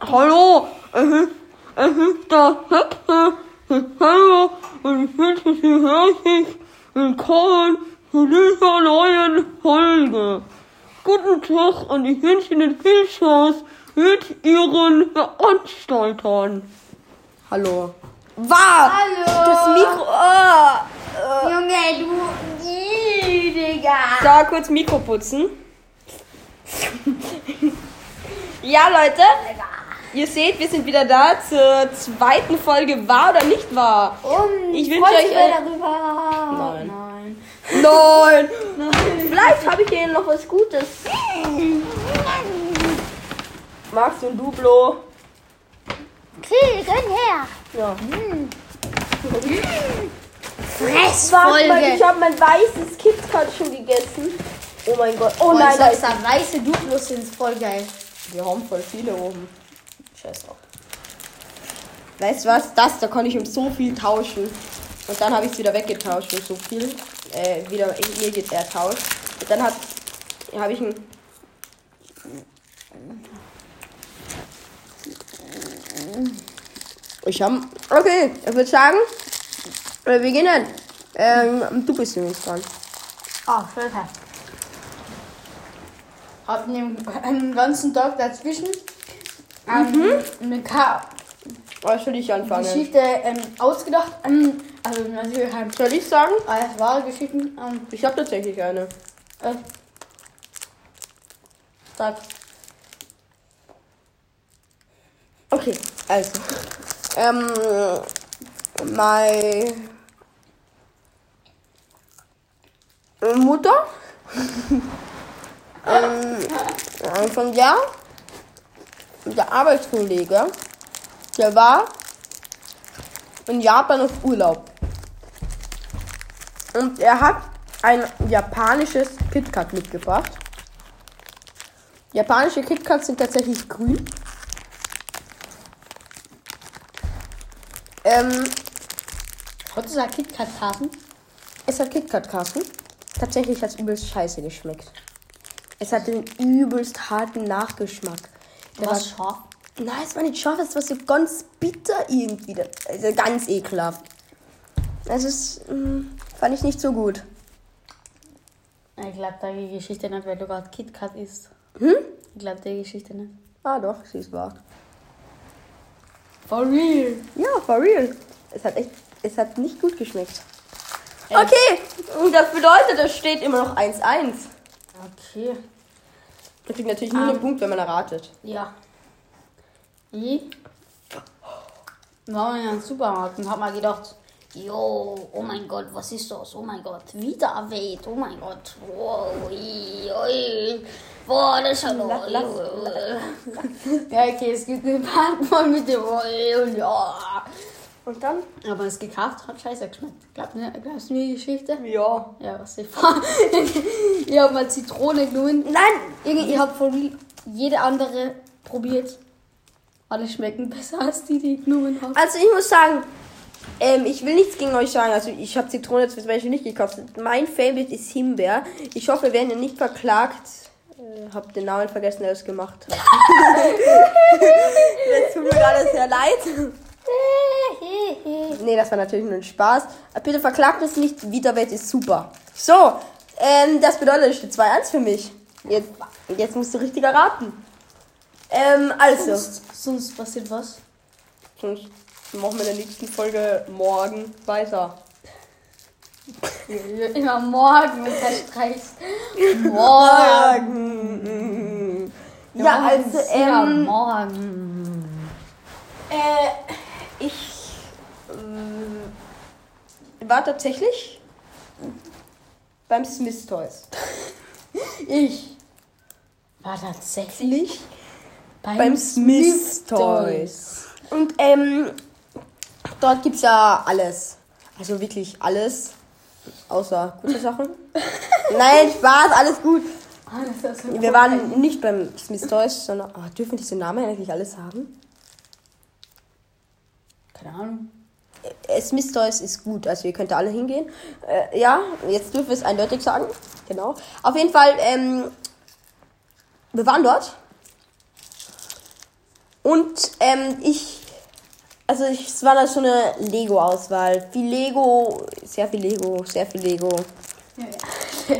hallo, Äh, es ist, es ist der letzte Dezember äh, und ich wünsche dir herzlich willkommen zu dieser neuen Folge. Guten Tag und ich wünsche Ihnen viel Spaß mit Ihren Veranstaltern. Hallo. War! Hallo. Das Mikro. Ah. Junge, du. Ih, Digga. Da kurz Mikro putzen. ja, Leute, ihr seht, wir sind wieder da zur zweiten Folge Wahr oder nicht wahr? Und Ich wünsche freust du euch dir ein- darüber. Nein. Nein. Nein! Vielleicht habe ich hier noch was Gutes. Magst du ein Duplo? Okay, renn her. Ja. Folge. Fressfolge. Ich habe mein weißes KitKat schon gegessen. Oh mein Gott. Oh Und nein, nein, nein. sagst da weiße Duplos sind voll geil. Wir haben voll viele oben. Scheiß drauf. Weißt du was? Das, da konnte ich ihm so viel tauschen. Und dann habe ich es wieder weggetauscht und so viel. Äh, wieder mir geht er tauscht. Und dann hat habe ich ein. Ich habe. Okay, ich würde sagen, äh, wir beginnen. Ähm, du bist übrigens dran. Ah, oh, schön. Hab den einen ganzen Tag dazwischen Mhm. ähm, eine Ka Was soll Oh, ich anfangen? Geschichte ähm, ausgedacht. Ähm, also natürlich halt Soll ich sagen? alles wahre Geschichten. Ähm, Ich habe tatsächlich eine. äh, sag. Okay, also. Ähm, meine Mutter ähm, von der, der Arbeitskollege, der war in Japan auf Urlaub. Und er hat ein japanisches KitKat mitgebracht. Japanische KitKats sind tatsächlich grün. Ähm, Wolltest du da KitKat-Tassen? es hat KitKat-Karten. Tatsächlich hat es übelst scheiße geschmeckt. Es hat den übelst harten Nachgeschmack. Der war, Was scharf? nein, es war nicht scharf, es war so ganz bitter irgendwie. Das- Also ganz ekelhaft. Es ist, mm, fand ich nicht so gut. Ich glaube, da die Geschichte nicht, weil du gerade KitKat isst. Hm? Ich glaube, die Geschichte ne? nicht. Ah doch, sie ist wahr. For real. Ja, for real. Es hat echt, es hat nicht gut geschmeckt. Okay, und das bedeutet, es steht immer noch 1-1. Okay. Man kriegt natürlich nur einen Punkt, wenn man erratet. Ja. Ich war mal in einem Supermarkt und hab mal gedacht, jo, oh mein Gott, was ist das? Oh mein Gott, wieder erwähnt, oh mein Gott. Wow, ui, ui. Boah, das ist ja noch. Ja, okay, es gibt eine Partner mit dem Ui und ja. Und dann? Aber es gekauft hat scheiße geschmeckt. Glaub, ne, glaubst du mir die Geschichte? Ja. Ja, was ich war. ich hab mal Zitrone genommen. Nein! Irgendwie, ich habe von jede andere probiert. Alle schmecken besser als die, die ich genommen habe. Also ich muss sagen, ähm, ich will nichts gegen euch sagen. Also ich habe Zitrone jetzt zum Beispiel nicht gekauft. Mein Favorite ist Himbeer. Ich hoffe, wir werden ja nicht verklagt. Äh, hab den Namen vergessen, der das gemacht hat. das tut mir gerade sehr leid. Nee, das war natürlich nur ein Spaß. Bitte verklagt uns nicht. Wiederwelt ist super. So, ähm, das bedeutet, es steht 2-1 für mich. Jetzt, jetzt musst du richtig erraten. Ähm, also. Sonst, sonst passiert was? Sonst machen wir in der nächsten Folge morgen weiter. Immer morgen unterstreichst. Morgen. Morgen. Ja, also, ja, ähm, morgen. äh, ich ähm, war tatsächlich beim Smith Toys. Ich war tatsächlich Nicht beim, beim Smith Toys. Und ähm, dort gibt's ja alles. Also wirklich alles. Außer gute Sachen. Nein, Spaß, alles gut. Alles, was Wir waren nicht beim Smith Toys, sondern. ah, dürfen wir diese Namen eigentlich alles haben? Keine Ahnung. Äh, Smith Toys ist gut, also ihr könnt da alle hingehen. Äh, ja, jetzt dürfen wir es eindeutig sagen. Genau. Auf jeden Fall, ähm, wir waren dort. Und ähm, ich. Also ich, es war da so eine Lego-Auswahl. Viel Lego, sehr viel Lego, sehr viel Lego.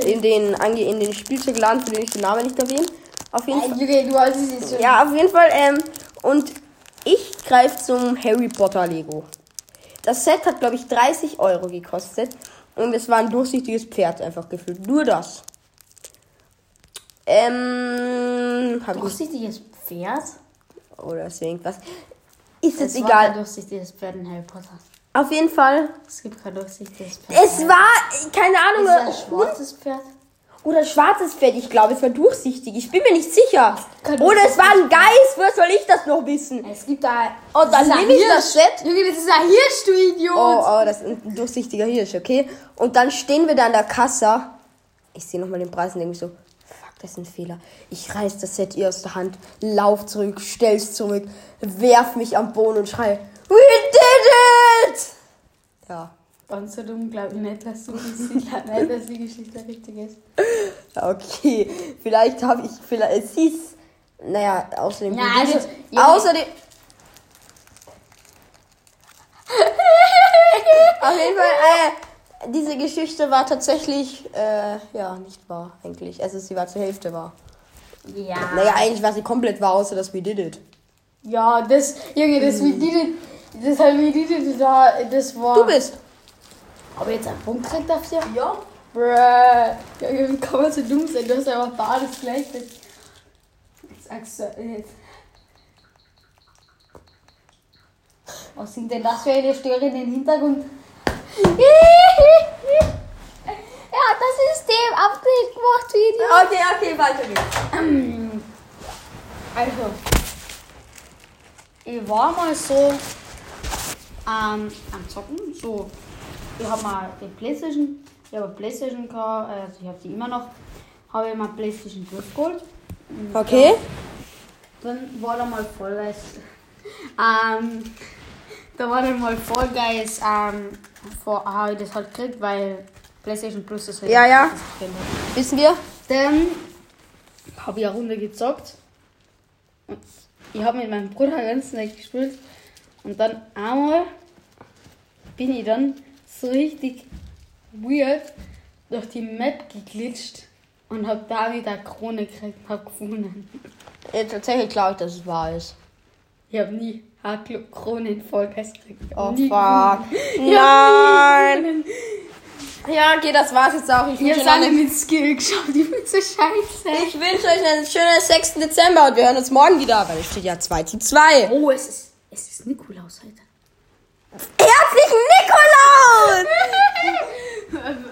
In den, ange, in den Spielzeugladen, für den ich den Namen nicht erwähne. Auf jeden Fall. Junge, du hast es jetzt schon. Ja, auf jeden Fall. Ähm, und ich greife zum Harry Potter Lego. Das Set hat, glaube ich, 30 Euro gekostet. Und es war ein durchsichtiges Pferd einfach gefühlt. Nur das. Ähm, hab ich. Durchsichtiges Pferd? Oder ist irgendwas. Ist Es jetzt war kein egal. durchsichtiges Pferd in Harry Potter. Auf jeden Fall. Es gibt kein durchsichtiges Pferd. Es war, keine Ist Ahnung, das ein schwarzes Pferd? Oder schwarzes Pferd, ich glaube, es war durchsichtig. Ich bin mir nicht sicher. Kann Oder ich- es war ein Geist, was soll ich das noch wissen? Es gibt da. Und dann Oh, ist ein nehme ich Hirsch. das Set. Junge, das ist ein Hirsch, du Idiot! Oh, oh, das ist ein durchsichtiger Hirsch, okay? Und dann stehen wir da an der Kasse. Ich sehe nochmal den Preis und denke mir so, fuck, das ist ein Fehler. Ich reiß das Set ihr aus der Hand, lauf zurück, stell's zurück, werf mich am Boden und schrei, We did it! Ja, Ganz so dumm, glaube ich nicht, dass, du, nicht, dass die Geschichte richtig ist. okay. Vielleicht habe ich, vielleicht, es hieß, naja, außerdem... Ja, also, ja. außerdem... Auf jeden Fall, äh, diese Geschichte war tatsächlich, äh, ja, nicht wahr eigentlich. Also sie war zur Hälfte wahr. Ja. Naja, eigentlich war sie komplett wahr, außer dass we did it. Ja, das, Junge, das wie die, das hat wie die da, das war. Du bist. Aber jetzt einen Punkt kriegt dafür? Ja. Bruh. Junge, wie kann man so dumm sein? Du hast einfach da alles gleich. Jetzt sagst du, äh, jetzt. Was sind denn das für eine Störe in den Hintergrund? ja, das System Update gemacht, wie die. Okay, okay, weiter geht's. Also, ich war mal so ähm, am Zocken. So, ich habe mal die Playstation, ich habe Playstation gehabt, also ich habe die immer noch, habe ich mal Playstation 5 geholt. Okay. Dann war da mal Fall Guys. Ähm, da war dann mal Fall Guys, ähm, vor, habe ich das halt gekriegt, weil Playstation Plus das halt Ja, ja. das gekriegt hat. Wissen wir? Dann habe ich eine Runde gezockt. Und ich habe mit meinem Bruder ganz nett gespielt. Und dann einmal bin ich dann so richtig weird durch die Map geglitscht und habe da wieder eine Krone gekriegt und habe gewonnen. Ja, Äh, tatsächlich glaube ich, dass es wahr ist. Ich habe nie eine Klo- Krone in Vollgas gekriegt. Ich hab Oh, nie fuck. gewonnen. Ich hab nie Nein. gewonnen. Ja, okay, das war's jetzt auch. Ich Ihr habt wünsche, alle euch, mit Skill geschaut, ich bin so scheiße. ich wünsche euch einen schönen 6. Dezember und wir hören uns morgen wieder, weil es steht ja 2 zu 2. Oh, es ist, es ist Nikolaus heute. Herzlichen Nikolaus!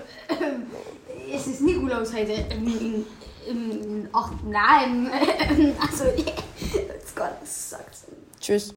Es ist Nikolaus heute im, im, im, im achten- nein, also, jetzt Gott, das sagt Tschüss.